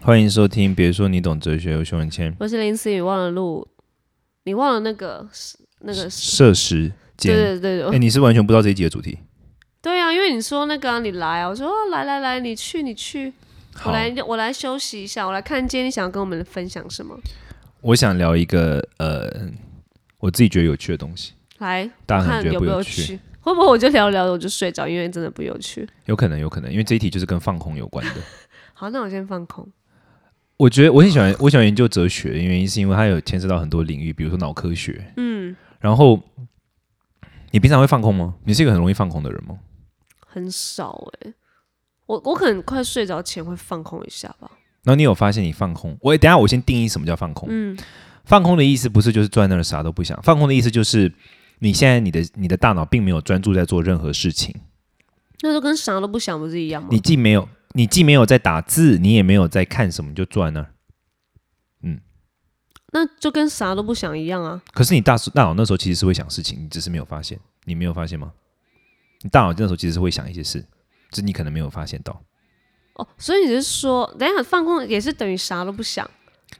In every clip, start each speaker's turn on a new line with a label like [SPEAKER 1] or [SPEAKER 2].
[SPEAKER 1] 欢迎收听，别说你懂哲学，我熊文谦。
[SPEAKER 2] 我是林思雨，忘了录，你忘了那个那个，
[SPEAKER 1] 摄食
[SPEAKER 2] 对
[SPEAKER 1] 间，
[SPEAKER 2] 对对对、
[SPEAKER 1] 哎、你是完全不知道这一集的主题。
[SPEAKER 2] 对啊，因为你说那个啊、你来啊，我说、啊、来来来，你去你去，我
[SPEAKER 1] 好，
[SPEAKER 2] 来我来休息一下，我来看今天你想要跟我们分享什么，
[SPEAKER 1] 我想聊一个呃，我自己觉得有趣的东西，
[SPEAKER 2] 来
[SPEAKER 1] 大家可能
[SPEAKER 2] 看
[SPEAKER 1] 觉得
[SPEAKER 2] 有
[SPEAKER 1] 不
[SPEAKER 2] 没有
[SPEAKER 1] 趣，
[SPEAKER 2] 趣，会不会我就聊聊我就睡着，因为真的不有趣。
[SPEAKER 1] 有可能，有可能，因为这一题就是跟放空有关的。
[SPEAKER 2] 好，那我先放空。
[SPEAKER 1] 我觉得我很喜欢，我喜欢研究哲学的原因是因为它有牵涉到很多领域，比如说脑科学。嗯，然后你平常会放空吗？你是一个很容易放空的人吗？
[SPEAKER 2] 很少哎、我我可能快睡着前会放空一下吧。
[SPEAKER 1] 然后你有发现你放空？我等一下我先定义什么叫放空。
[SPEAKER 2] 嗯，
[SPEAKER 1] 放空的意思不是就是坐在那儿啥都不想，放空的意思就是你现在你的你的大脑并没有专注在做任何事情，
[SPEAKER 2] 那就跟啥都不想不是一样吗
[SPEAKER 1] 你？既没有你既没有在打字，你也没有在看什么，你就坐在那儿。
[SPEAKER 2] 那就跟啥都不想一样啊。
[SPEAKER 1] 可是你大大脑那时候其实是会想事情，你只是没有发现，你没有发现吗？你大脑那时候其实是会想一些事，只是你可能没有发现到。
[SPEAKER 2] 哦，所以你是说，等一下放空也是等于啥都不想？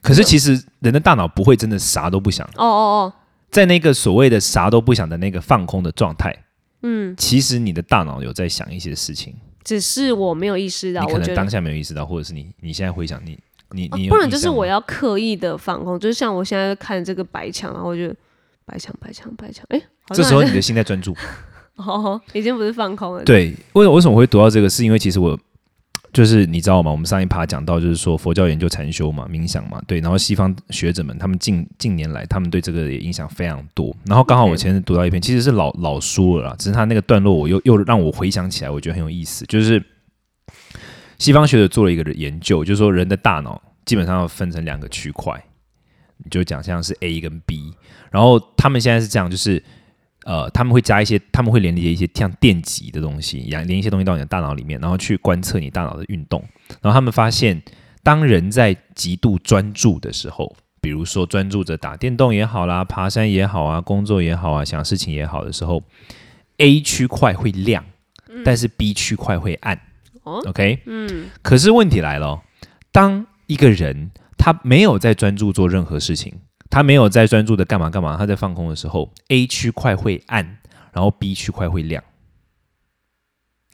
[SPEAKER 1] 可是其实人的大脑不会真的啥都不想，
[SPEAKER 2] 哦哦
[SPEAKER 1] 在那个所谓的啥都不想的那个放空的状态，
[SPEAKER 2] 哦，嗯，
[SPEAKER 1] 其实你的大脑有在想一些事情。
[SPEAKER 2] 只是我没有意识到，
[SPEAKER 1] 你可
[SPEAKER 2] 我
[SPEAKER 1] 能
[SPEAKER 2] 觉得
[SPEAKER 1] 当。下没有意识到，或者是你你现在回想你你
[SPEAKER 2] 哦
[SPEAKER 1] 你、有
[SPEAKER 2] 不然
[SPEAKER 1] 意
[SPEAKER 2] 就
[SPEAKER 1] 识
[SPEAKER 2] 是
[SPEAKER 1] 到吗
[SPEAKER 2] 我要刻意的放空，就是像我现在看这个白墙，然后我就白墙白墙白墙，哎、好
[SPEAKER 1] 这
[SPEAKER 2] 像
[SPEAKER 1] 时候
[SPEAKER 2] 还
[SPEAKER 1] 你
[SPEAKER 2] 是
[SPEAKER 1] 的心在专注。
[SPEAKER 2] 哦，已经不是放空了。，哦
[SPEAKER 1] 对，为什么为什么我会读到这个？是因为其实我就是你知道吗？我们上一趴讲到就是说佛教研究禅修嘛、冥想嘛，对，然后西方学者们他们近近年来他们对这个也影响非常多。然后刚好我
[SPEAKER 2] OK
[SPEAKER 1] 前阵读到一篇，其实是老老书了啦，只是他那个段落我又又让我回想起来，我觉得很有意思，就是西方学者做了一个研究，就是说人的大脑基本上要分成两个区块，你就讲像是 A 跟 B，然后他们现在是这样，就是呃，他们会加一些，他们会连接一些像电极的东西一样，连一些东西到你的大脑里面，然后去观测你大脑的运动。然后他们发现，当人在极度专注的时候，比如说专注着打电动也好啦、爬山也好啊、工作也好啊、想事情也好的时候，A 区块会亮，但是 B 区块会暗。
[SPEAKER 2] 嗯哦
[SPEAKER 1] OK，
[SPEAKER 2] 嗯，
[SPEAKER 1] 可是问题来了哦，当一个人他没有在专注做任何事情，他没有在专注的干嘛干嘛，他在放空的时候，A 区块会暗，然后 B 区块会亮。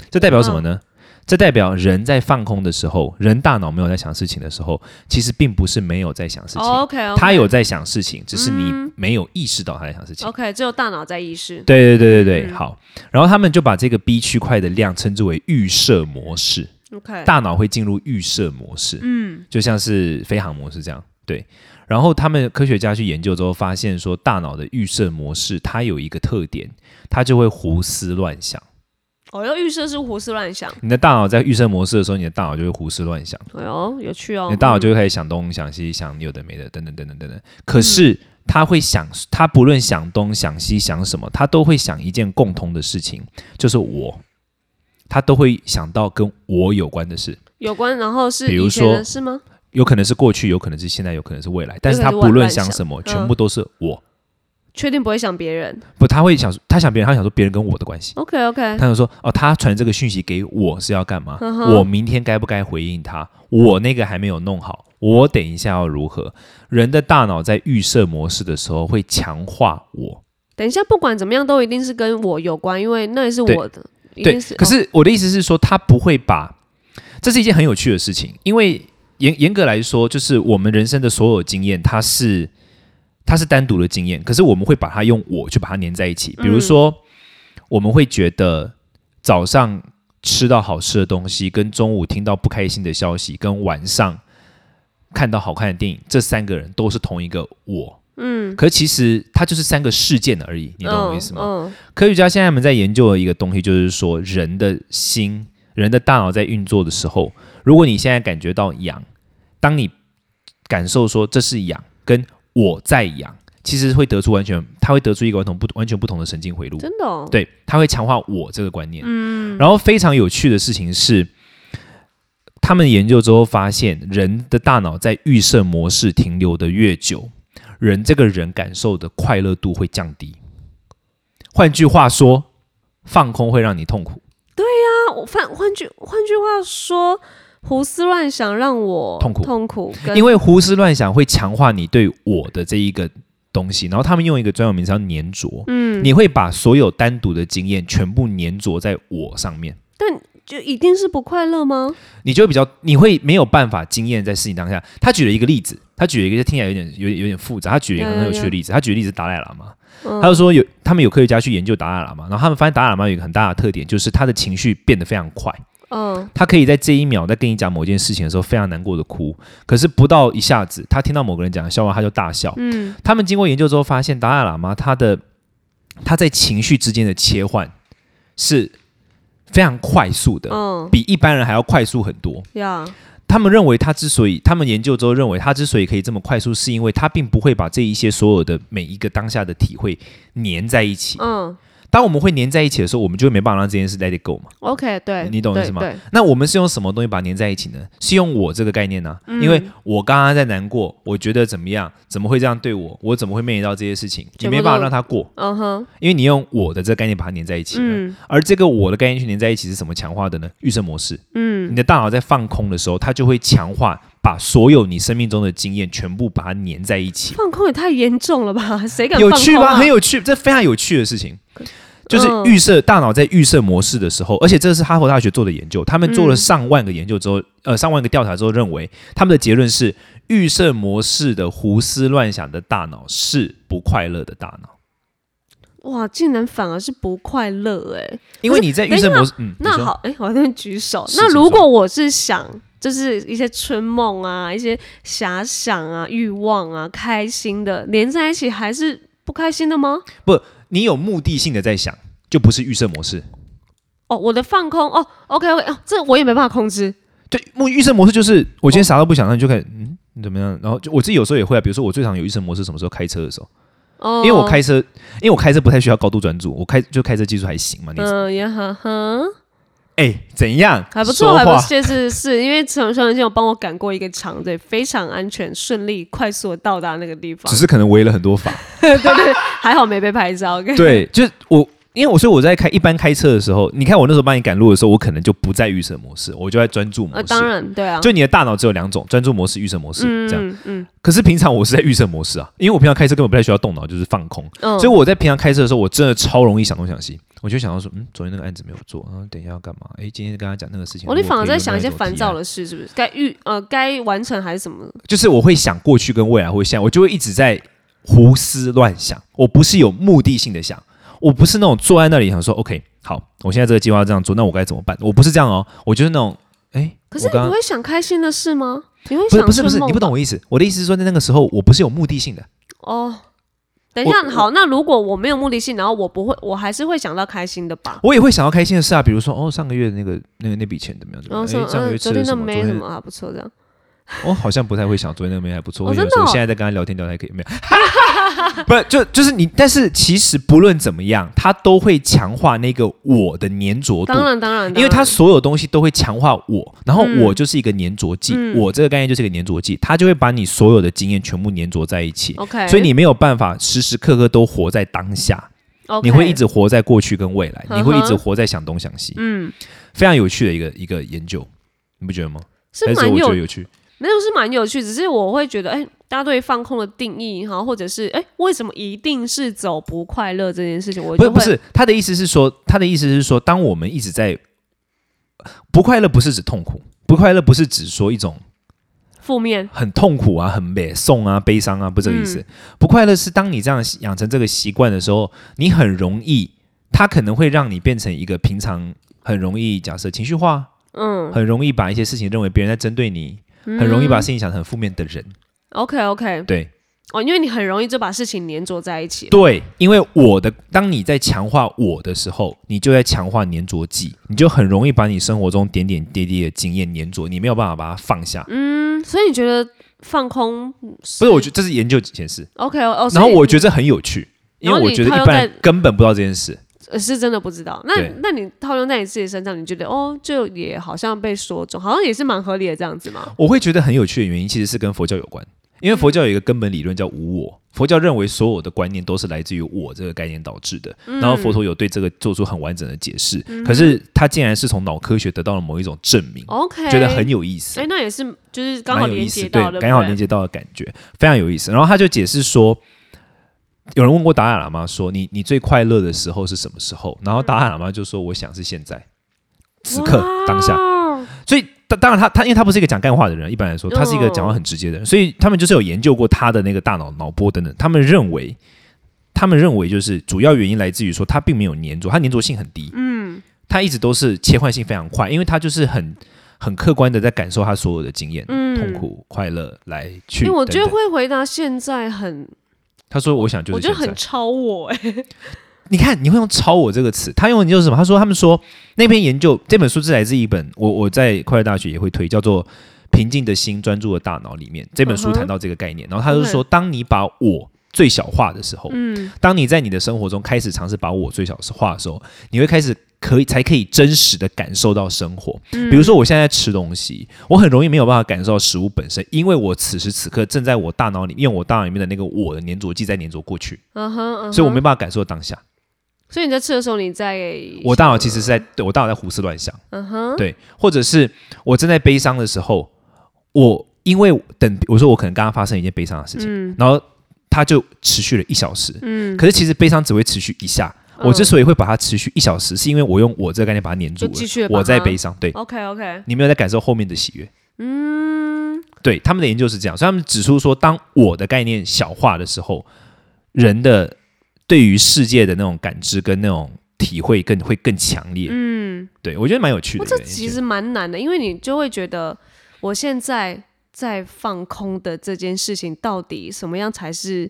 [SPEAKER 1] 这代表什么呢？
[SPEAKER 2] 嗯
[SPEAKER 1] 这代表人在放空的时候，人大脑没有在想事情的时候，其实并不是没有在想事情，
[SPEAKER 2] 哦，OK，, o k
[SPEAKER 1] 他有在想事情，只是你
[SPEAKER 2] 嗯
[SPEAKER 1] 没有意识到他在想事情。
[SPEAKER 2] OK，只有哦大脑在意识。
[SPEAKER 1] 对对对对对，
[SPEAKER 2] 嗯
[SPEAKER 1] 好。然后他们就把这个 B 区块的量称之为预设模式。
[SPEAKER 2] OK，
[SPEAKER 1] 大脑会进入预设模式，
[SPEAKER 2] 嗯，
[SPEAKER 1] 就像是飞航模式这样。对，然后他们科学家去研究之后发现说，大脑的预设模式它有一个特点，它就会胡思乱想。
[SPEAKER 2] 哦，要预设是胡思乱想。
[SPEAKER 1] 你的大脑在预设模式的时候，你的大脑就会胡思乱想，
[SPEAKER 2] 哎呦，有趣哦。
[SPEAKER 1] 你的大脑
[SPEAKER 2] 嗯
[SPEAKER 1] 就会开始想东想西，想有的没的，等等等等等等。可
[SPEAKER 2] 嗯
[SPEAKER 1] 是他会想，他不论想东想西想什么，他都会想一件共同的事情，就是我，他都会想到跟我有关的事。
[SPEAKER 2] 有关，然后是
[SPEAKER 1] 比如
[SPEAKER 2] 以前的
[SPEAKER 1] 说
[SPEAKER 2] 是吗？
[SPEAKER 1] 有可能是过去，有可能是现在，有可能是未来，但是
[SPEAKER 2] 有可
[SPEAKER 1] 他
[SPEAKER 2] 能是
[SPEAKER 1] 不论
[SPEAKER 2] 乱想
[SPEAKER 1] 想什么，
[SPEAKER 2] 嗯
[SPEAKER 1] 全部都是我。
[SPEAKER 2] 确定不会想别人。
[SPEAKER 1] 不，他会想，他想别人，他想说别人跟我的关系。
[SPEAKER 2] OK OK，
[SPEAKER 1] 他想说，哦，他传这个讯息给我是要干嘛？
[SPEAKER 2] 嗯哼
[SPEAKER 1] 我明天该不该回应他？我那个还没有弄好，我等一下要如何？人的大脑在预设模式的时候会强化我，
[SPEAKER 2] 等一下，不管怎么样，都一定是跟我有关，因为那也是
[SPEAKER 1] 对
[SPEAKER 2] 我的，一
[SPEAKER 1] 对
[SPEAKER 2] 定是。。哦
[SPEAKER 1] 可是我的意思是说，他不会把，这是一件很有趣的事情，因为严严格来说，就是我们人生的所有经验，它是它是单独的经验，可是我们会把它用我去把它粘在一起。比如说，我们会觉得早上吃到好吃的东西，跟中午听到不开心的消息，跟晚上看到好看的电影，这三个人都是同一个我。嗯，可其实它就是三个事件而已，你懂我意思吗？
[SPEAKER 2] 嗯，嗯
[SPEAKER 1] 科学家现在们在研究的一个东西，就是说人的心、人的大脑在运作的时候，如果你现在感觉到痒，当你感受说这是痒，跟我在痒，其实会得出完全，它会得出一个完全不完全不同的神经回路。
[SPEAKER 2] 真的、哦。
[SPEAKER 1] 对，它会强化我这个观念。嗯，然后非常有趣的事情是。他们研究之后发现，人的大脑在预设模式停留的越久，人这个人感受的快乐度会降低。换句话说，放空会让你痛苦。
[SPEAKER 2] 啊，我换换句换句话说，胡思乱想让我
[SPEAKER 1] 痛苦
[SPEAKER 2] 痛苦跟
[SPEAKER 1] 因为胡思乱想会强化你对我的这一个东西，然后他们用一个专有名词叫粘着，
[SPEAKER 2] 嗯，
[SPEAKER 1] 你会把所有单独的经验全部粘着在我上面，
[SPEAKER 2] 但就一定是不快乐吗？
[SPEAKER 1] 你就会比较，你会没有办法经验在事情当下。他举了一个例子，他举了一个听起来有点有点有点复杂，他举了一个很有趣的例子，他举的例子是达赖喇嘛，
[SPEAKER 2] 嗯
[SPEAKER 1] 他就说有他们有科学家去研究达赖喇嘛，然后他们发现达赖喇嘛有一个很大的特点，就是他的情绪变得非常快。
[SPEAKER 2] 嗯
[SPEAKER 1] 他可以在这一秒在跟你讲某件事情的时候非常难过的哭，可是不到一下子，他听到某个人讲的笑话，他就大笑。
[SPEAKER 2] 嗯
[SPEAKER 1] 他们经过研究之后发现，达赖喇嘛他的他在情绪之间的切换是非常快速的，
[SPEAKER 2] 嗯
[SPEAKER 1] 比一般人还要快速很多。
[SPEAKER 2] 呀，
[SPEAKER 1] 他们认为他之所以，他们研究之后认为他之所以可以这么快速，是因为他并不会把这一些所有的每一个当下的体会粘在一起。
[SPEAKER 2] 嗯
[SPEAKER 1] 当我们会粘在一起的时候，我们就没办法让这件事 let it go 嘛。
[SPEAKER 2] ，OK，对，
[SPEAKER 1] 你懂意
[SPEAKER 2] 对
[SPEAKER 1] 思吗
[SPEAKER 2] 对，
[SPEAKER 1] 那我们是用什么东西把它粘在一起呢？是用我这个概念呢、啊
[SPEAKER 2] 嗯
[SPEAKER 1] 因为我刚刚在难过，我觉得怎么样，怎么会这样对我？我怎么会面临到这些事情？你
[SPEAKER 2] 全部
[SPEAKER 1] 没办法
[SPEAKER 2] 都
[SPEAKER 1] 让它过，
[SPEAKER 2] 嗯哼，
[SPEAKER 1] 因为你用我的这个概念把它粘在一起了。
[SPEAKER 2] 嗯
[SPEAKER 1] 而这个我的概念去粘在一起是怎么强化的呢？预设模式，
[SPEAKER 2] 嗯
[SPEAKER 1] 你的大脑在放空的时候，它就会强化把所有你生命中的经验全部把它粘在一起。
[SPEAKER 2] 放空也太严重了吧？谁敢
[SPEAKER 1] 有
[SPEAKER 2] 放
[SPEAKER 1] 趣
[SPEAKER 2] 空
[SPEAKER 1] 吧？
[SPEAKER 2] 啊
[SPEAKER 1] 很有趣，这非常有趣的事情。就是
[SPEAKER 2] 嗯
[SPEAKER 1] 预设大脑在预设模式的时候，而且这是哈佛大学做的研究，他们做了
[SPEAKER 2] 嗯
[SPEAKER 1] 上万个研究之后，呃，上万个调查之后，认为他们的结论是预设模式的胡思乱想的大脑是不快乐的大脑，
[SPEAKER 2] 哇，竟然反而是不快乐哎、
[SPEAKER 1] 因为你在预设模式，嗯，你
[SPEAKER 2] 那
[SPEAKER 1] 说
[SPEAKER 2] 好，哎、我在那边举手。
[SPEAKER 1] 是
[SPEAKER 2] 那
[SPEAKER 1] 是
[SPEAKER 2] 如
[SPEAKER 1] 是
[SPEAKER 2] 果我是想，就是一些春梦啊，一些遐想啊、欲望啊、开心的连在一起，还是不开心的吗？
[SPEAKER 1] 你有目的性的在想，就不是预设模式。
[SPEAKER 2] 哦，我的放空，哦，OK OK，哦，这我也没办法控制。
[SPEAKER 1] 对，目预设模式就是我
[SPEAKER 2] 哦
[SPEAKER 1] 今天啥都不想，那你就可以，嗯，你怎么样？然后就我自己有时候也会啊，比如说我最常有预设模式，什么时候开车的时候，
[SPEAKER 2] 哦，
[SPEAKER 1] 因为我，开车，因为我开车不太需要高度专注，我开就开车技术还行嘛。你
[SPEAKER 2] 嗯、也很哼，
[SPEAKER 1] 哎、怎样？
[SPEAKER 2] 还不
[SPEAKER 1] 说
[SPEAKER 2] 错，还不
[SPEAKER 1] 话
[SPEAKER 2] 错，就是是因为陈双仁先有帮我赶过一个场，对，非常安全、顺利、快速的到达那个地方
[SPEAKER 1] 只。是可能违了很多法。
[SPEAKER 2] 还好没被拍照。OK，
[SPEAKER 1] 对，就是我，因为我所以我在开一般开车的时候，你看我那时候帮你赶路的时候，我可能就不在预设模式，我就在专注模
[SPEAKER 2] 呃，
[SPEAKER 1] 式。
[SPEAKER 2] 当然， 对啊，
[SPEAKER 1] 就你的大脑只有两种，专注模式、预设模式、
[SPEAKER 2] 嗯
[SPEAKER 1] 这样。
[SPEAKER 2] 嗯嗯
[SPEAKER 1] 可是平常我是在预设模式啊，因为我平常开车根本不太需要动脑，就是放空。
[SPEAKER 2] 嗯，
[SPEAKER 1] 所以我在平常开车的时候，我真的超容易想东想西，我就想到说，嗯，昨天那个案子没有做，然后等一下要干嘛？哎，今天跟他讲那个事情，
[SPEAKER 2] 嗯我你反而在想一些烦躁
[SPEAKER 1] 了，
[SPEAKER 2] 的事，是不是？该预呃该完成还是什么？
[SPEAKER 1] 就是我会想过去跟未来或现在，我就会一直在胡思乱想，我不是有目的性的想，我不是那种坐在那里想说，OK，好，我现在这个计划要这样做，那我该怎么办？我不是这样哦，我就是那种，哎，
[SPEAKER 2] 可是
[SPEAKER 1] 我
[SPEAKER 2] 你
[SPEAKER 1] 刚刚。
[SPEAKER 2] 不会想开心的事吗？你会
[SPEAKER 1] 不是
[SPEAKER 2] 想
[SPEAKER 1] 不是不
[SPEAKER 2] 春
[SPEAKER 1] 是，
[SPEAKER 2] 梦
[SPEAKER 1] 你不懂我意思。我的意思是说，在那个时候，我不是有目的性的，
[SPEAKER 2] 哦。等一下
[SPEAKER 1] 我，
[SPEAKER 2] 好，那如果我没有目的性，然后我不会，我还是会想到开心的吧。
[SPEAKER 1] 我也会想到开心的事啊，比如说，哦，上个月那个那个那笔钱怎么样？怎么
[SPEAKER 2] 然
[SPEAKER 1] 样？
[SPEAKER 2] 后
[SPEAKER 1] 哎
[SPEAKER 2] 说，
[SPEAKER 1] 上个
[SPEAKER 2] 嗯，
[SPEAKER 1] 月吃
[SPEAKER 2] 昨
[SPEAKER 1] 了
[SPEAKER 2] 天
[SPEAKER 1] 什
[SPEAKER 2] 都
[SPEAKER 1] 么？
[SPEAKER 2] 没
[SPEAKER 1] 昨
[SPEAKER 2] 什
[SPEAKER 1] 天
[SPEAKER 2] 么，还不错，这样。
[SPEAKER 1] 我好像不太会想，昨天那个妹还不错，
[SPEAKER 2] 哦
[SPEAKER 1] 我有
[SPEAKER 2] 真
[SPEAKER 1] 时
[SPEAKER 2] 的
[SPEAKER 1] 候
[SPEAKER 2] 哦
[SPEAKER 1] 现在在跟她聊天聊得还可以，没有， 不是就就是你，但是其实不论怎么样，她都会强化那个我的粘着度
[SPEAKER 2] 当。然当然，
[SPEAKER 1] 因为
[SPEAKER 2] 当
[SPEAKER 1] 她
[SPEAKER 2] 然
[SPEAKER 1] 所有东西都会强化我，然后
[SPEAKER 2] 嗯
[SPEAKER 1] 我就是一个粘着剂，
[SPEAKER 2] 嗯
[SPEAKER 1] 我这个概念就是一个粘着剂，她就会把你所有的经验全部粘着在一起，
[SPEAKER 2] OK，
[SPEAKER 1] 所以你没有办法时时刻刻都活在当下，
[SPEAKER 2] OK
[SPEAKER 1] 你会一直活在过去跟未来，
[SPEAKER 2] 呵呵
[SPEAKER 1] 你会一直活在想东想西，
[SPEAKER 2] 嗯，
[SPEAKER 1] 非常有趣的一个一个研究，你不觉得吗？
[SPEAKER 2] 是
[SPEAKER 1] 还
[SPEAKER 2] 蛮
[SPEAKER 1] 我觉
[SPEAKER 2] 有
[SPEAKER 1] 得有趣。
[SPEAKER 2] 没有是蛮有趣，只是我会觉得，哎、大家对于放空的定义，哈，或者是哎、为什么一定是走不快乐这件事情，我
[SPEAKER 1] 不是
[SPEAKER 2] 就
[SPEAKER 1] 不
[SPEAKER 2] 会
[SPEAKER 1] 是，他的意思是说，他的意思是说，当我们一直在不快乐，不是指痛苦，不快乐不是指说一种
[SPEAKER 2] 负面，
[SPEAKER 1] 很痛苦啊、很悲痛啊、悲伤啊，不是这个意
[SPEAKER 2] 嗯
[SPEAKER 1] 思。不快乐是当你这样养成这个习惯的时候，你很容易，它可能会让你变成一个平常很容易假设情绪化，
[SPEAKER 2] 嗯，
[SPEAKER 1] 很容易把一些事情认为别人在针对你，很容易把事情想得很负面的人。
[SPEAKER 2] OK OK，
[SPEAKER 1] 对
[SPEAKER 2] 哦，因为你很容易就把事情粘着在一起，
[SPEAKER 1] 对，因为我的，当你在强化我的时候，你就在强化粘着剂，你就很容易把你生活中点点滴滴的经验粘着，你没有办法把它放下。
[SPEAKER 2] 嗯，所以你觉得放空不
[SPEAKER 1] 不是，我觉得这是研究显示，
[SPEAKER 2] OK 哦，
[SPEAKER 1] 然后我觉
[SPEAKER 2] 得
[SPEAKER 1] 得这很有趣，因
[SPEAKER 2] 然
[SPEAKER 1] 为
[SPEAKER 2] 后
[SPEAKER 1] 我
[SPEAKER 2] 你
[SPEAKER 1] 觉得
[SPEAKER 2] 套
[SPEAKER 1] 一
[SPEAKER 2] 用
[SPEAKER 1] 般
[SPEAKER 2] 在
[SPEAKER 1] 人根本不知道这件事。
[SPEAKER 2] 呃是真的不知道。那
[SPEAKER 1] 对
[SPEAKER 2] 那你套用在你自己身上，你觉得哦，就也好像被说中，好像也是蛮合理的这样子嘛。
[SPEAKER 1] 我会觉得很有趣的原因，其实是跟佛教有关。因为佛教有一个根本理论叫无我，佛教认为所有的观念都是来自于我这个概念导致的。
[SPEAKER 2] 嗯
[SPEAKER 1] 然后佛陀有对这个做出很完整的解释，可是他竟然是从脑科学得到了某一种证明，
[SPEAKER 2] OK，
[SPEAKER 1] 觉得很有意思
[SPEAKER 2] 哎、。那也是就是刚好
[SPEAKER 1] 蛮有
[SPEAKER 2] 连
[SPEAKER 1] 意
[SPEAKER 2] 接
[SPEAKER 1] 思，
[SPEAKER 2] 到
[SPEAKER 1] 对，
[SPEAKER 2] 的，
[SPEAKER 1] 刚好连
[SPEAKER 2] 接。
[SPEAKER 1] 接到的感觉，非常有意思。然后他就解释说，有人问过达赖喇嘛说：“你你最快乐的时候是什么时候？”然后达赖喇嘛就说：“我想是现在，此刻
[SPEAKER 2] 哇
[SPEAKER 1] 当下。”所以当当然他他因为他不是一个讲干话的人，一般来说他是一个
[SPEAKER 2] 嗯
[SPEAKER 1] 讲话很直接的人，所以他们就是有研究过他的那个大脑脑波等等，他们认为。他们认为，就是主要原因来自于说他并没有粘着，他粘着性很低，嗯，他一直都是切换性非常快，因为他就是很很客观的在感受他所有的经验，
[SPEAKER 2] 嗯
[SPEAKER 1] 痛苦、快乐来去
[SPEAKER 2] 因
[SPEAKER 1] 等
[SPEAKER 2] 为
[SPEAKER 1] 等。
[SPEAKER 2] 我觉得会回答现在很，
[SPEAKER 1] 他说，我想就
[SPEAKER 2] 我
[SPEAKER 1] 是
[SPEAKER 2] 觉得
[SPEAKER 1] 现在
[SPEAKER 2] 很超我哎、
[SPEAKER 1] 你看，你会用“超我”这个词，他用的就是什么？他说，他们说那篇研究这本书是来自一本我我在快乐大学也会推，叫做《平静的心，专注的大脑》里面这本书
[SPEAKER 2] 嗯哼
[SPEAKER 1] 谈到这个概念，然后他就说，当你把我最小化的时候，
[SPEAKER 2] 嗯，
[SPEAKER 1] 当你在你的生活中开始尝试把我最小化的时候，你会开始可以才可以真实的感受到生活。
[SPEAKER 2] 嗯
[SPEAKER 1] 比如说，我现在在吃东西，我很容易没有办法感受到食物本身，因为我此时此刻正在我大脑里，用我大脑里面的那个我的粘着剂在粘着过去，
[SPEAKER 2] 嗯哼，嗯哼
[SPEAKER 1] 所以我没，办法感受到当下。
[SPEAKER 2] 所以你在吃的时候，你在
[SPEAKER 1] 我大脑其实是在对我大脑在胡思乱想，
[SPEAKER 2] 嗯哼，
[SPEAKER 1] 对，或者是我正在悲伤的时候，我因为等我说我可能刚刚发生一件悲伤的事情，
[SPEAKER 2] 嗯
[SPEAKER 1] 然后它就持续了一小时，
[SPEAKER 2] 嗯，
[SPEAKER 1] 可是其实悲伤只会持续一下。我之
[SPEAKER 2] 嗯
[SPEAKER 1] 所以会把它持续一小时，是因为我用我这个概念把它黏住
[SPEAKER 2] 就继续
[SPEAKER 1] 了
[SPEAKER 2] 把。它
[SPEAKER 1] 我在悲伤，对
[SPEAKER 2] OK OK，
[SPEAKER 1] 你没有在感受后面的喜悦。
[SPEAKER 2] 嗯，
[SPEAKER 1] 对，他们的研究是这样，所以他们指出说，当我的概念小化的时候，人的对于世界的那种感知跟那种体会更会更强烈。嗯，对我觉得蛮有趣的
[SPEAKER 2] 我
[SPEAKER 1] 一个
[SPEAKER 2] 这
[SPEAKER 1] 研究。
[SPEAKER 2] 其实蛮难的，因为你就会觉得我现在在放空的这件事情，到底什么样才是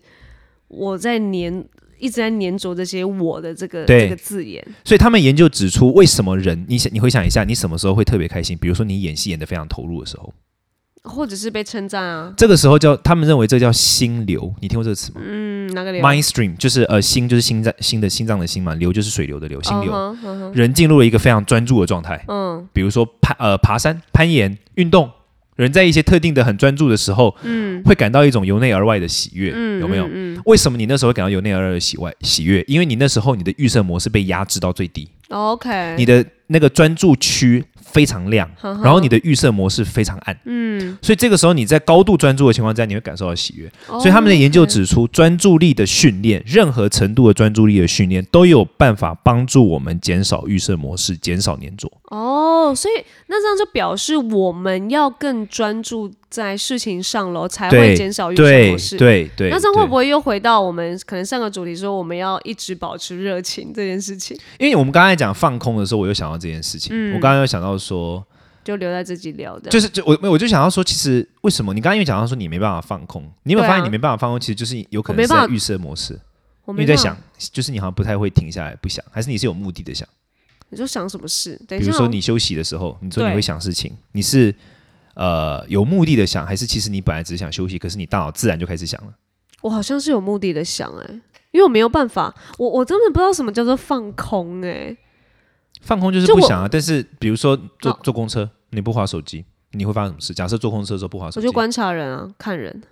[SPEAKER 2] 我在粘一直在粘着这些我的这个
[SPEAKER 1] 对
[SPEAKER 2] 这个字眼？
[SPEAKER 1] 所以他们研究指出，为什么人你想你回想一下，你什么时候会特别开心？比如说你演戏演得非常投入的时候，
[SPEAKER 2] 或者是被称赞啊，
[SPEAKER 1] 这个时候叫他们认为这叫心流。你听过这个词吗？
[SPEAKER 2] 嗯，哪个流？
[SPEAKER 1] Mind stream 就是呃心就是心脏心的心脏的心嘛，流就是水流的流，心流。
[SPEAKER 2] 嗯哼嗯哼
[SPEAKER 1] 人进入了一个非常专注的状态，
[SPEAKER 2] 嗯
[SPEAKER 1] 比如说攀呃爬山、攀岩、运动，人在一些特定的很专注的时候，
[SPEAKER 2] 嗯
[SPEAKER 1] 会感到一种由内而外的喜悦，
[SPEAKER 2] 嗯，
[SPEAKER 1] 有没有？
[SPEAKER 2] 嗯，嗯
[SPEAKER 1] 为什么你那时候会感到由内而外的喜外喜悦？因为你那时候你的预设模式被压制到最低，
[SPEAKER 2] OK，
[SPEAKER 1] 你的那个专注区非常亮，
[SPEAKER 2] 呵呵
[SPEAKER 1] 然后你的预设模式非常暗，
[SPEAKER 2] 嗯，
[SPEAKER 1] 所以这个时候你在高度专注的情况下，你会感受到喜悦。
[SPEAKER 2] 哦
[SPEAKER 1] 所以他们的研究指出，专注力的训练，任何程度的专注力的训练，都有办法帮助我们减少预设模式，减少粘着。
[SPEAKER 2] 哦所以那这样就表示我们要更专注在事情上喽，才会
[SPEAKER 1] 对
[SPEAKER 2] 减少预设
[SPEAKER 1] 对
[SPEAKER 2] 模式。
[SPEAKER 1] 对对，
[SPEAKER 2] 那这样会不
[SPEAKER 1] 会？
[SPEAKER 2] 会又回到我们可能上个主题说我们要一直保持热情这件事情，
[SPEAKER 1] 因为我们刚才讲放空的时候，我又想到这件事情。
[SPEAKER 2] 嗯
[SPEAKER 1] 我刚刚又想到说，
[SPEAKER 2] 就留在自己聊的，
[SPEAKER 1] 就是就我我就想到说，其实为什么你刚刚又讲到说你没办法放空？你有没有
[SPEAKER 2] 对啊
[SPEAKER 1] 发现你没办法放空？其实就是有可能
[SPEAKER 2] 我没
[SPEAKER 1] 是
[SPEAKER 2] 办
[SPEAKER 1] 在
[SPEAKER 2] 法
[SPEAKER 1] 预设模式。
[SPEAKER 2] 我
[SPEAKER 1] 因为
[SPEAKER 2] 没
[SPEAKER 1] 在
[SPEAKER 2] 办法
[SPEAKER 1] 想，就是你好像不太会停下来不想，还是你是有目的的想？
[SPEAKER 2] 你就想什么事？等一
[SPEAKER 1] 比
[SPEAKER 2] 下
[SPEAKER 1] 如
[SPEAKER 2] 哦，
[SPEAKER 1] 说你休息的时候，你说你
[SPEAKER 2] 对
[SPEAKER 1] 会想事情，你是呃有目的的想，还是其实你本来只是想休息，可是你大脑自然就开始想了？
[SPEAKER 2] 我好像是有目的的想哎、因为我没有办法，我我真的不知道什么叫做放空哎、
[SPEAKER 1] 放空就是
[SPEAKER 2] 就
[SPEAKER 1] 不
[SPEAKER 2] 我
[SPEAKER 1] 想啊。但是比如说坐
[SPEAKER 2] 哦
[SPEAKER 1] 坐公车，你不划手机，你会发生什么事？假设坐公车的时候不划手
[SPEAKER 2] 我
[SPEAKER 1] 机
[SPEAKER 2] 就，观察人啊，看人。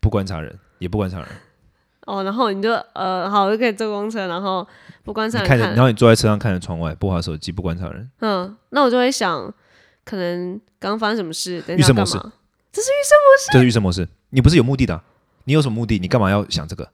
[SPEAKER 1] 不观察人，也不观察人，
[SPEAKER 2] 哦，然后你就呃，好，我就可以坐公车，然后不关
[SPEAKER 1] 你
[SPEAKER 2] 上来
[SPEAKER 1] 看着，
[SPEAKER 2] 看
[SPEAKER 1] 然后你坐在车上看着窗外，不划手机，不观察人。
[SPEAKER 2] 嗯，那我就会想，可能刚发生什么事，等一
[SPEAKER 1] 预设
[SPEAKER 2] 下要干
[SPEAKER 1] 模式
[SPEAKER 2] 嘛？
[SPEAKER 1] 这是预设模式，你不是有目的的啊、你有什么目的？你干嘛要想这个？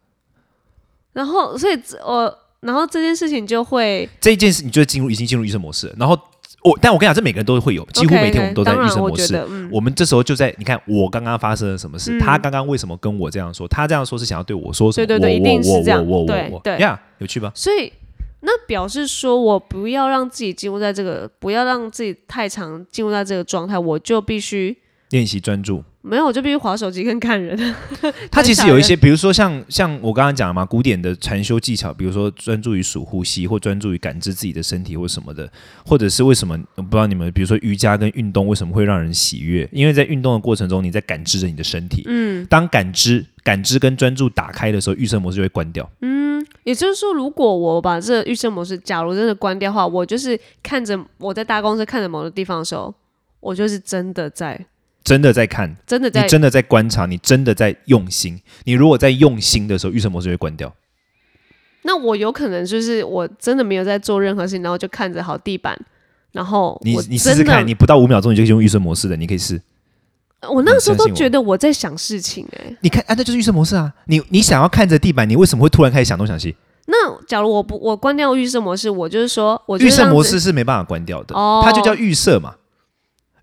[SPEAKER 2] 然后，所以这我，然后这件事情就会
[SPEAKER 1] 这一件事，你就进入已经进入预设模式了。然后我，但我跟你讲，这每个人都会有，几乎
[SPEAKER 2] OK，
[SPEAKER 1] 每天我们都在
[SPEAKER 2] 当
[SPEAKER 1] 预
[SPEAKER 2] 然
[SPEAKER 1] 设
[SPEAKER 2] 我
[SPEAKER 1] 模
[SPEAKER 2] 觉
[SPEAKER 1] 式。
[SPEAKER 2] 得嗯，
[SPEAKER 1] 我们这时候就在你看我刚刚发生了什么事，
[SPEAKER 2] 嗯
[SPEAKER 1] 他刚刚为什么跟我这样说？他这样说是想要对我说什么？
[SPEAKER 2] 对对对一定
[SPEAKER 1] 我
[SPEAKER 2] 是
[SPEAKER 1] 我我
[SPEAKER 2] 这样
[SPEAKER 1] 我我
[SPEAKER 2] 对
[SPEAKER 1] 我我
[SPEAKER 2] 对
[SPEAKER 1] 呀，有趣吧？
[SPEAKER 2] 所以那表示说我不要让自己进入在这个，不要让自己太长进入在这个状态，我就必须
[SPEAKER 1] 练习专注，
[SPEAKER 2] 没有，我就必须划手机跟看人。
[SPEAKER 1] 它其实有一些，比如说像像我刚刚讲的嘛，古典的禅修技巧，比如说专注于数呼吸，或专注于感知自己的身体或什么的，或者是为什么我不知道你们，比如说瑜伽跟运动为什么会让人喜悦？因为在运动的过程中，你在感知着你的身体，
[SPEAKER 2] 嗯
[SPEAKER 1] 当感知、感知跟专注打开的时候，预设模式就会关掉。
[SPEAKER 2] 嗯，也就是说，如果我把这预设模式，假如真的关掉的话，我就是看着我在搭公车看着某个地方的时候，我就是真的在
[SPEAKER 1] 真的在看，
[SPEAKER 2] 真的
[SPEAKER 1] 你
[SPEAKER 2] 在
[SPEAKER 1] 真的在观察，你真的在用心。你如果在用心的时候，预设模式会关掉。
[SPEAKER 2] 那我有可能就是我真的没有在做任何事情，然后就看着好地板，然后
[SPEAKER 1] 你
[SPEAKER 2] 我
[SPEAKER 1] 你试试
[SPEAKER 2] 真的
[SPEAKER 1] 看，你不到五秒钟你就可以用预设模式的，你可以试。
[SPEAKER 2] 我那个时候
[SPEAKER 1] 你相
[SPEAKER 2] 都
[SPEAKER 1] 信我
[SPEAKER 2] 觉得我在想事情哎、
[SPEAKER 1] 你看啊，那就是预设模式啊。你你想要看着地板，你为什么会突然开始想东想西？
[SPEAKER 2] 那假如我不我关掉预设模式，我就是说，我就
[SPEAKER 1] 预
[SPEAKER 2] 是
[SPEAKER 1] 设
[SPEAKER 2] 让
[SPEAKER 1] 模
[SPEAKER 2] 自
[SPEAKER 1] 式是没办法关掉的，
[SPEAKER 2] 哦
[SPEAKER 1] 它就叫预设嘛。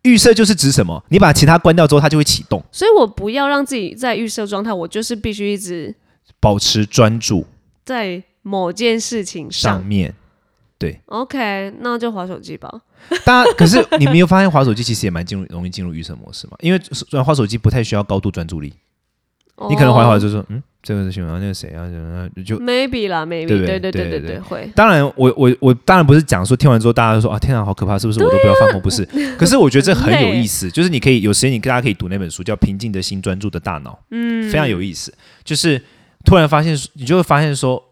[SPEAKER 1] 预设就是指什么？你把其他关掉之后，它就会启动。
[SPEAKER 2] 所以我不要让自己在预设状态，我就是必须一直
[SPEAKER 1] 保持专注
[SPEAKER 2] 在某件事情上。
[SPEAKER 1] 上面，
[SPEAKER 2] OK，那就划手机吧。
[SPEAKER 1] 大家可是你没有发现滑手机其实也蛮进入容易进入预设模式嘛？因为虽然滑手机不太需要高度专注力，你可能滑一滑就说嗯，这个是新闻，那个谁啊，就就
[SPEAKER 2] m a y b e 啦，maybe，
[SPEAKER 1] 对不
[SPEAKER 2] 对
[SPEAKER 1] 对
[SPEAKER 2] 对
[SPEAKER 1] 对
[SPEAKER 2] 对
[SPEAKER 1] 对对
[SPEAKER 2] 会。
[SPEAKER 1] 当然，我我我当然不是讲说听完之后大家就说啊，天啊，好可怕，是不是我都不要放空？不 是，可是我觉得这很有意 思，就是你可以有时间，你大家可以读那本书叫《平静的心，专注的大脑》，嗯，非常有意思。就是突然发现，你就会发现说，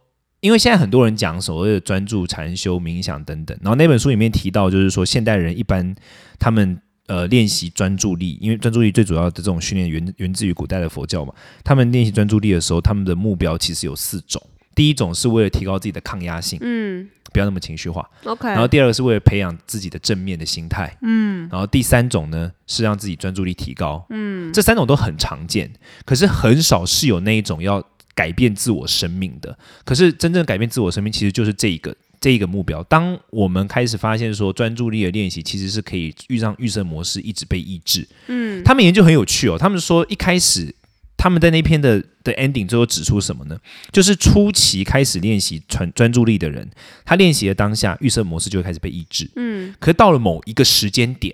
[SPEAKER 1] 因为现在很多人讲所谓的专注、禅修、冥想等等，然后那本书里面提到，就是说现代人一般他们。呃，练习专注力，因为专注力最主要的这种训练源源自于古代的佛教嘛。他们练习专注力的时候，他们的目标其实有四种。第一种是为了提高自己的抗压性，
[SPEAKER 2] 嗯
[SPEAKER 1] 不要那么情绪化。
[SPEAKER 2] ，OK。
[SPEAKER 1] 然后第二个是为了培养自己的正面的心态，哎嗯。然后第三种呢是让自己专注力提高，嗯。这三种都很常见，可是很少是有那一种要改变自我生命的。可是真正改变自我生命，其实就是这一个。这一个目标，当我们开始发现说专注力的练习其实是可以遇上预设模式一直被抑制。嗯，他们研究很有趣哦，他们说一开始他们在那篇的的 ending 最后指出什么呢？就是初期开始练习专专注力的人，他练习的当下，预设模式就会开始被抑制。
[SPEAKER 2] 嗯，
[SPEAKER 1] 可是到了某一个时间点，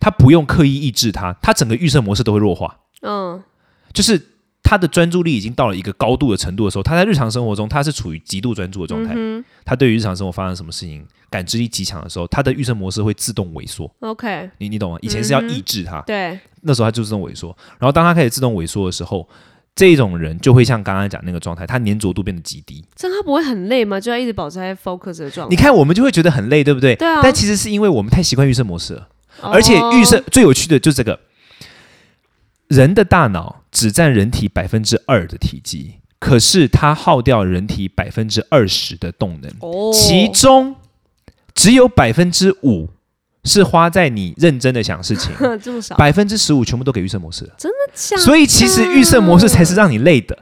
[SPEAKER 1] 他不用刻意抑制它，他整个预设模式都会弱化，
[SPEAKER 2] 嗯，
[SPEAKER 1] 就是他的专注力已经到了一个高度的程度的时候，他在日常生活中他是处于极度专注的状态。
[SPEAKER 2] 嗯
[SPEAKER 1] 他对于日常生活发生什么事情感知力极强的时候，他的预设模式会自动萎缩。
[SPEAKER 2] 哼，OK，
[SPEAKER 1] 你你懂吗？以前是要
[SPEAKER 2] 嗯哼
[SPEAKER 1] 抑制它，
[SPEAKER 2] 对，
[SPEAKER 1] 那时候它就自动萎缩。然后当它开始自动萎缩的时候，这种人就会像刚刚讲那个状态，他粘着度变得极低。
[SPEAKER 2] 这样他不会很累吗？就要一直保持在 focus 的状
[SPEAKER 1] 你
[SPEAKER 2] 态。
[SPEAKER 1] 看，我们就会觉得很累，对不对？
[SPEAKER 2] 对啊
[SPEAKER 1] 但其实是因为我们太习惯预设模式了，而且预设
[SPEAKER 2] 哦
[SPEAKER 1] 最有趣的就是这个，人的大脑只占人体百分之二的体积，可是它耗掉人体百分之二十的动能，
[SPEAKER 2] 哦，，
[SPEAKER 1] 其中只有百分之五是花在你认真的想事情
[SPEAKER 2] 这么少，
[SPEAKER 1] 百分之十五全部都给预设模式了。
[SPEAKER 2] 像
[SPEAKER 1] 所以其实预设模式才是让你累的。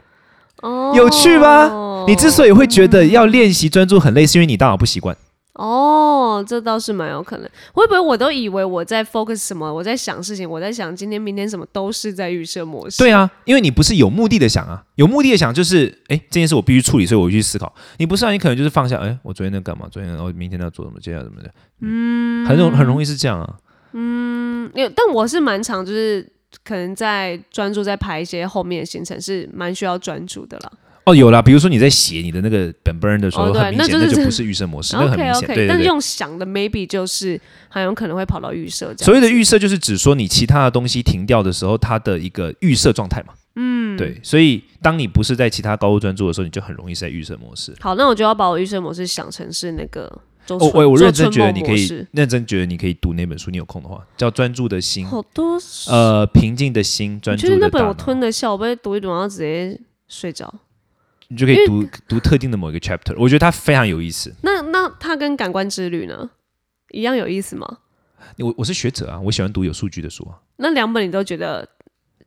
[SPEAKER 2] 哦
[SPEAKER 1] 有趣吧你之所以会觉得要练习专注很累，是因为你大脑不习惯。
[SPEAKER 2] 哦，这倒是蛮有可能。会不会我都以为我在 focus 什么，我在想事情，我在想今天、明天什么，都是在预设模式。
[SPEAKER 1] 对啊，因为你不是有目的的想啊，有目的的想就是，哎，这件事我必须处理，所以我去思考。你不是啊，你可能就是放下，哎，我昨天在干嘛？昨天我明天要做什么？接下来怎么的？嗯，很容很容易是这样啊。
[SPEAKER 2] 嗯，因为但我是蛮常就是可能在专注在排一些后面的行程，是蛮需要专注的啦。
[SPEAKER 1] 哦，有啦，比如说你在写你的那个本本的时候，
[SPEAKER 2] 哦对
[SPEAKER 1] 很明显，
[SPEAKER 2] 那就是
[SPEAKER 1] 就不是预设模 式，那个很
[SPEAKER 2] OK
[SPEAKER 1] 明显，对
[SPEAKER 2] OK，但
[SPEAKER 1] 对
[SPEAKER 2] 是
[SPEAKER 1] 对。
[SPEAKER 2] 用想的 maybe 就是很有可能会跑到预设这
[SPEAKER 1] 所
[SPEAKER 2] 样。
[SPEAKER 1] 谓的预设就是指说你其他的东西停掉的时候，它的一个预设状态嘛。嗯，对，所以当你不是在其他高度专注的时候，你就很容易是在预设模式。
[SPEAKER 2] 好，那我就要把我预设模式想成是那个周
[SPEAKER 1] 哦我
[SPEAKER 2] 春
[SPEAKER 1] 我我
[SPEAKER 2] 周
[SPEAKER 1] 认真
[SPEAKER 2] 春
[SPEAKER 1] 觉得
[SPEAKER 2] 梦
[SPEAKER 1] 你
[SPEAKER 2] 模
[SPEAKER 1] 可以嗯
[SPEAKER 2] 式，
[SPEAKER 1] 认真觉得你可以读那本书，你有空的话，叫《专注的心》。
[SPEAKER 2] 好多
[SPEAKER 1] 呃，平静的心，
[SPEAKER 2] 我
[SPEAKER 1] 专注
[SPEAKER 2] 觉得
[SPEAKER 1] 的
[SPEAKER 2] 那
[SPEAKER 1] 大
[SPEAKER 2] 本我
[SPEAKER 1] 脑
[SPEAKER 2] 吞得下，我不会读一读，然后直接睡着。
[SPEAKER 1] 你就可
[SPEAKER 2] 因
[SPEAKER 1] 以
[SPEAKER 2] 为
[SPEAKER 1] 读读特定的某一个 chapter。我觉得它非常有意思。
[SPEAKER 2] 那那它跟感官之旅呢，一样有意思吗？
[SPEAKER 1] 我我是学者啊，我喜欢读有数据的书啊，
[SPEAKER 2] 那两本你都觉得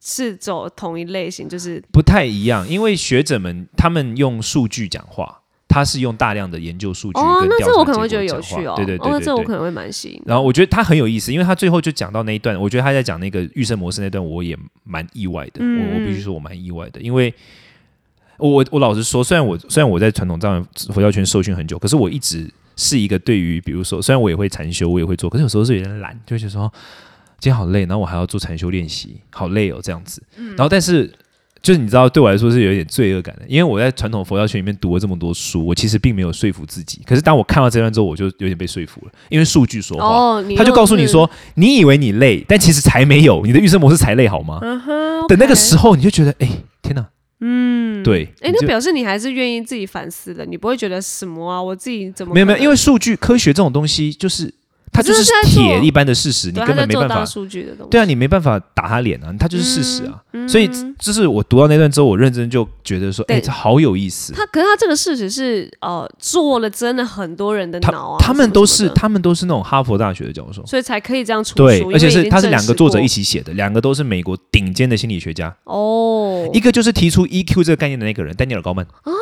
[SPEAKER 2] 是走同一类型，就是
[SPEAKER 1] 不太一样，因为学者们他们用数据讲话，他是用大量的研究数据
[SPEAKER 2] 哦，
[SPEAKER 1] 跟
[SPEAKER 2] 那
[SPEAKER 1] 调
[SPEAKER 2] 这我
[SPEAKER 1] 查
[SPEAKER 2] 可能
[SPEAKER 1] 结果
[SPEAKER 2] 会觉得有
[SPEAKER 1] 讲
[SPEAKER 2] 趣哦
[SPEAKER 1] 话。，对对对
[SPEAKER 2] 哦，
[SPEAKER 1] 对
[SPEAKER 2] 那这我
[SPEAKER 1] 对
[SPEAKER 2] 可能会蛮吸引。
[SPEAKER 1] 然后我觉得他很有意思，因为他最后就讲到那一段，我觉得他在讲那个预设模式那段，我也蛮意外的。
[SPEAKER 2] 嗯
[SPEAKER 1] 我我必须说，我蛮意外的，因为我我我老实说，虽然我虽然我在传统藏佛教圈受训很久，可是我一直是一个对于比如说，虽然我也会禅修，我也会做，可是有时候是有点懒，就会觉得说今天好累，然后我还要做禅修练习，好累哦这样子。然后但是。就是你知道，对我来说是有一点罪恶感的，因为我在传统佛教圈里面读了这么多书，我其实并没有说服自己。可是当我看到这段之后，我就有点被说服了，因为数据说话。
[SPEAKER 2] 哦，你
[SPEAKER 1] 他就
[SPEAKER 2] 又
[SPEAKER 1] 告诉你
[SPEAKER 2] 是，
[SPEAKER 1] 说，你以为你累，但其实才没有，你的预设模式才累，好吗？
[SPEAKER 2] 嗯哼，
[SPEAKER 1] 等那个
[SPEAKER 2] OK
[SPEAKER 1] 时候，你就觉得，哎、天哪，嗯，对，
[SPEAKER 2] 哎、
[SPEAKER 1] 你
[SPEAKER 2] 那
[SPEAKER 1] 就
[SPEAKER 2] 表示你还是愿意自己反思的，你不会觉得什么啊，我自己怎么
[SPEAKER 1] 没有
[SPEAKER 2] 可
[SPEAKER 1] 没有，
[SPEAKER 2] 能
[SPEAKER 1] 因为数据科学这种东西，就是它就
[SPEAKER 2] 就是是在做
[SPEAKER 1] 铁一般的事实，你
[SPEAKER 2] 对，
[SPEAKER 1] 根
[SPEAKER 2] 他在
[SPEAKER 1] 本没
[SPEAKER 2] 做
[SPEAKER 1] 办
[SPEAKER 2] 大
[SPEAKER 1] 法。
[SPEAKER 2] 数据的东西。
[SPEAKER 1] 对啊，你没办法打他脸啊，它就是事实啊。
[SPEAKER 2] 嗯
[SPEAKER 1] 所以就是我读到那段之后，我认真就觉得说，哎、
[SPEAKER 2] 对
[SPEAKER 1] 这好有意思。
[SPEAKER 2] 他可是他这个事实是呃做了真的很多人的
[SPEAKER 1] 他
[SPEAKER 2] 脑啊
[SPEAKER 1] 他
[SPEAKER 2] 什
[SPEAKER 1] 们
[SPEAKER 2] 么
[SPEAKER 1] 都
[SPEAKER 2] 什
[SPEAKER 1] 是
[SPEAKER 2] 么的
[SPEAKER 1] 他们都是那种哈佛大学的教授，
[SPEAKER 2] 所以才可以这样出
[SPEAKER 1] 对，
[SPEAKER 2] 书
[SPEAKER 1] 而且是他是
[SPEAKER 2] 因为已经
[SPEAKER 1] 两个作者一
[SPEAKER 2] 证实
[SPEAKER 1] 起写的，两个都是美国顶尖的心理学家，
[SPEAKER 2] 过哦，
[SPEAKER 1] 一个就是提出 EQ 这个概念的那个人丹尼尔高曼。
[SPEAKER 2] 哦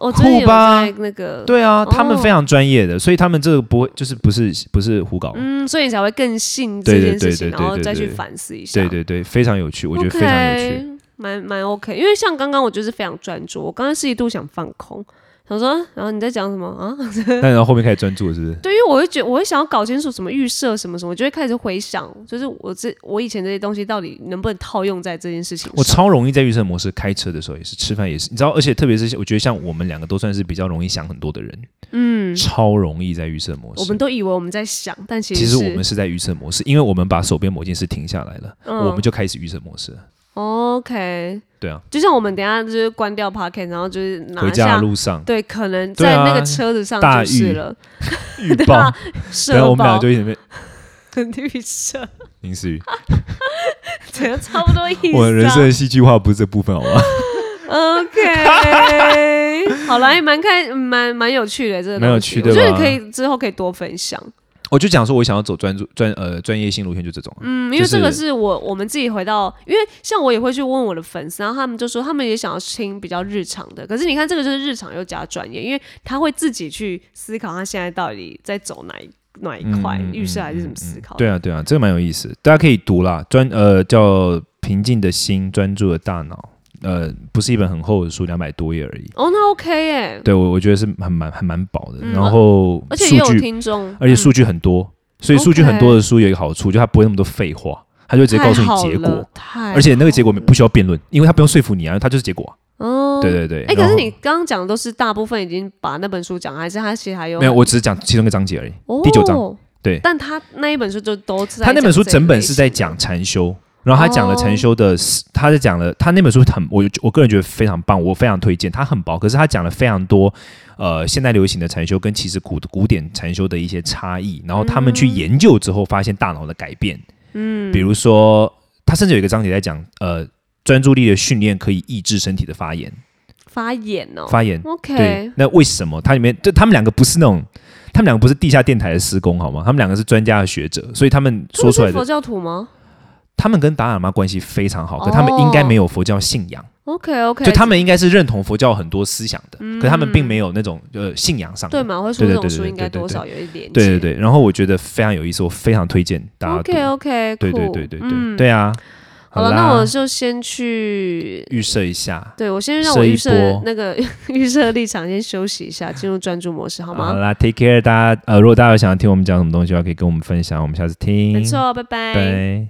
[SPEAKER 2] 我最近
[SPEAKER 1] 酷
[SPEAKER 2] 有
[SPEAKER 1] 吧
[SPEAKER 2] 在那个
[SPEAKER 1] 对啊，
[SPEAKER 2] 哦
[SPEAKER 1] 他们非常专业的，所以他们这个不会就是不是不是胡搞。
[SPEAKER 2] 嗯，所以你才会更信
[SPEAKER 1] 对
[SPEAKER 2] 这
[SPEAKER 1] 对
[SPEAKER 2] 件
[SPEAKER 1] 对
[SPEAKER 2] 事情，
[SPEAKER 1] 对
[SPEAKER 2] 然后
[SPEAKER 1] 对
[SPEAKER 2] 再
[SPEAKER 1] 对
[SPEAKER 2] 去
[SPEAKER 1] 对
[SPEAKER 2] 反思一下。
[SPEAKER 1] 对对对，非常有趣，我觉得非常有趣。
[SPEAKER 2] 啊 OK，蛮蛮 OK。因为像刚刚我就是非常专注，我刚刚是一度想放空，想说，然后你在讲什么啊？
[SPEAKER 1] 但然后后面开始专注了，是不是？
[SPEAKER 2] 对，因为我会觉我会想要搞清楚什么预设什么什么，我就会开始回想，就是我这我以前这些东西到底能不能套用在这件事情
[SPEAKER 1] 我
[SPEAKER 2] 上。
[SPEAKER 1] 超容易在预测模式，开车的时候也是，吃饭也是，你知道，而且特别是我觉得像我们两个都算是比较容易想很多的人，
[SPEAKER 2] 嗯，
[SPEAKER 1] 超容易在预测模
[SPEAKER 2] 我
[SPEAKER 1] 式
[SPEAKER 2] 们。都以为我们在想，但其
[SPEAKER 1] 其
[SPEAKER 2] 实
[SPEAKER 1] 实
[SPEAKER 2] 是
[SPEAKER 1] 我们是在预测模式，因为我们把手边某件事停下来了，
[SPEAKER 2] 嗯
[SPEAKER 1] 我们就开始预测模式了。
[SPEAKER 2] OK。
[SPEAKER 1] 对啊，
[SPEAKER 2] 就像我们等一下就是关掉 Pocket，然后就是
[SPEAKER 1] 回
[SPEAKER 2] 拿
[SPEAKER 1] 家
[SPEAKER 2] 下
[SPEAKER 1] 的。路上
[SPEAKER 2] 对，可能
[SPEAKER 1] 对
[SPEAKER 2] 在
[SPEAKER 1] 啊
[SPEAKER 2] 那个车子上
[SPEAKER 1] 大
[SPEAKER 2] 就是
[SPEAKER 1] 雨
[SPEAKER 2] 了，
[SPEAKER 1] 预
[SPEAKER 2] 对
[SPEAKER 1] 报
[SPEAKER 2] 啊，，
[SPEAKER 1] 然后
[SPEAKER 2] 社
[SPEAKER 1] 我们俩
[SPEAKER 2] 保
[SPEAKER 1] 就一直被
[SPEAKER 2] 绿色，
[SPEAKER 1] 林 思雨，
[SPEAKER 2] 对，差不多意思、啊。
[SPEAKER 1] 我的人生的戏剧化不是这部分好吗？
[SPEAKER 2] OK，好啦，也蛮开，蛮蛮有趣的，这个
[SPEAKER 1] 蛮有
[SPEAKER 2] 东西
[SPEAKER 1] 趣
[SPEAKER 2] 我觉
[SPEAKER 1] 对
[SPEAKER 2] 得
[SPEAKER 1] 吧
[SPEAKER 2] 可以之后可以多分享。
[SPEAKER 1] 我就讲说，我想要走专注专呃专业性路线，就这种啊。
[SPEAKER 2] 嗯，因
[SPEAKER 1] 就
[SPEAKER 2] 为这个
[SPEAKER 1] 是
[SPEAKER 2] 是我我们自己回到，因为像我也会去问我的粉丝，然后他们就说他们也想要听比较日常的，可是你看这个就是日常又加专业，因为他会自己去思考他现在到底在走哪一哪一块
[SPEAKER 1] 嗯嗯
[SPEAKER 2] 预设还是怎
[SPEAKER 1] 嗯
[SPEAKER 2] 么思
[SPEAKER 1] 嗯
[SPEAKER 2] 考。
[SPEAKER 1] 对啊，对啊，这个蛮有意思，大家可以读啦，专呃叫《平静的心，专注的大脑》，呃，不是一本很厚的书，两百多页而已。
[SPEAKER 2] 哦，那 OK 耶，
[SPEAKER 1] 对我我觉得是很蛮还蛮薄的，
[SPEAKER 2] 嗯
[SPEAKER 1] 然后
[SPEAKER 2] 而且也
[SPEAKER 1] 数
[SPEAKER 2] 有
[SPEAKER 1] 据，
[SPEAKER 2] 听嗯众，
[SPEAKER 1] 而且数据很多，所以数据
[SPEAKER 2] OK
[SPEAKER 1] 很多的书有一个好处，就它不会那么多废话，它就直接告诉你结果，
[SPEAKER 2] 太好了，
[SPEAKER 1] 而且那个结果
[SPEAKER 2] 太好了
[SPEAKER 1] 不需要辩论，因为它不用说服你啊，它就是结果啊。
[SPEAKER 2] 哦，
[SPEAKER 1] 对对对，
[SPEAKER 2] 哎、可
[SPEAKER 1] 然
[SPEAKER 2] 是
[SPEAKER 1] 后
[SPEAKER 2] 你刚刚讲的都是大部分已经把那本书讲完，还是他其实还有
[SPEAKER 1] 没有，我只是讲其中一个章节而已。
[SPEAKER 2] 哦
[SPEAKER 1] 第九章对
[SPEAKER 2] 但他那一本书就都是在
[SPEAKER 1] 他那本书
[SPEAKER 2] 讲这一
[SPEAKER 1] 整本
[SPEAKER 2] 类
[SPEAKER 1] 是在
[SPEAKER 2] 型的哦
[SPEAKER 1] 讲禅修，然后他讲了禅修的四，他在讲了他那本书很，我我个人觉得非常棒，我非常推荐，它很薄，可是他讲了非常多，呃，现代流行的禅修跟其实古古典禅修的一些差异，然后他们去研究之后发现大脑的改变，嗯，比如说他甚至有一个章节在讲，呃，专注力的训练可以抑制身体的发炎，
[SPEAKER 2] 发言哦。
[SPEAKER 1] 发炎，对
[SPEAKER 2] OK，，
[SPEAKER 1] 那为什么它里面就他们两个不是那种，他们两个不是地下电台的施工好吗？他们两个是专家的学者，所以他们
[SPEAKER 2] 他
[SPEAKER 1] 说
[SPEAKER 2] 们
[SPEAKER 1] 出来
[SPEAKER 2] 是
[SPEAKER 1] 的
[SPEAKER 2] 佛，教徒吗
[SPEAKER 1] 他们跟达尔妈关系非常好，
[SPEAKER 2] 哦
[SPEAKER 1] 可他们应该没有佛教信仰，
[SPEAKER 2] ？OK OK，
[SPEAKER 1] 就他们应该是认同佛教很多思想的，可他们并没有那种呃信仰上
[SPEAKER 2] 对
[SPEAKER 1] 的。
[SPEAKER 2] 嘛？我会说
[SPEAKER 1] 对对对
[SPEAKER 2] 这种书
[SPEAKER 1] 对
[SPEAKER 2] 应该
[SPEAKER 1] 对对
[SPEAKER 2] 多
[SPEAKER 1] 对
[SPEAKER 2] 少有一点
[SPEAKER 1] 对对对，然后我觉得非常有意思，我非常推荐大家读。
[SPEAKER 2] OK OK，
[SPEAKER 1] 对对对对对、对啊！
[SPEAKER 2] 好了，
[SPEAKER 1] 啦，
[SPEAKER 2] 那我就先去。
[SPEAKER 1] 预设一下，
[SPEAKER 2] 对，我先让
[SPEAKER 1] 射
[SPEAKER 2] 我
[SPEAKER 1] 一
[SPEAKER 2] 预设
[SPEAKER 1] 波
[SPEAKER 2] 那个 预设立场先休息一下，进入专注模式，好吗？
[SPEAKER 1] 啦，take care，大家呃，如果大家有想要听我们讲什么东西的话，可以跟我们分享，我们下次听。
[SPEAKER 2] 没错，拜拜
[SPEAKER 1] 拜。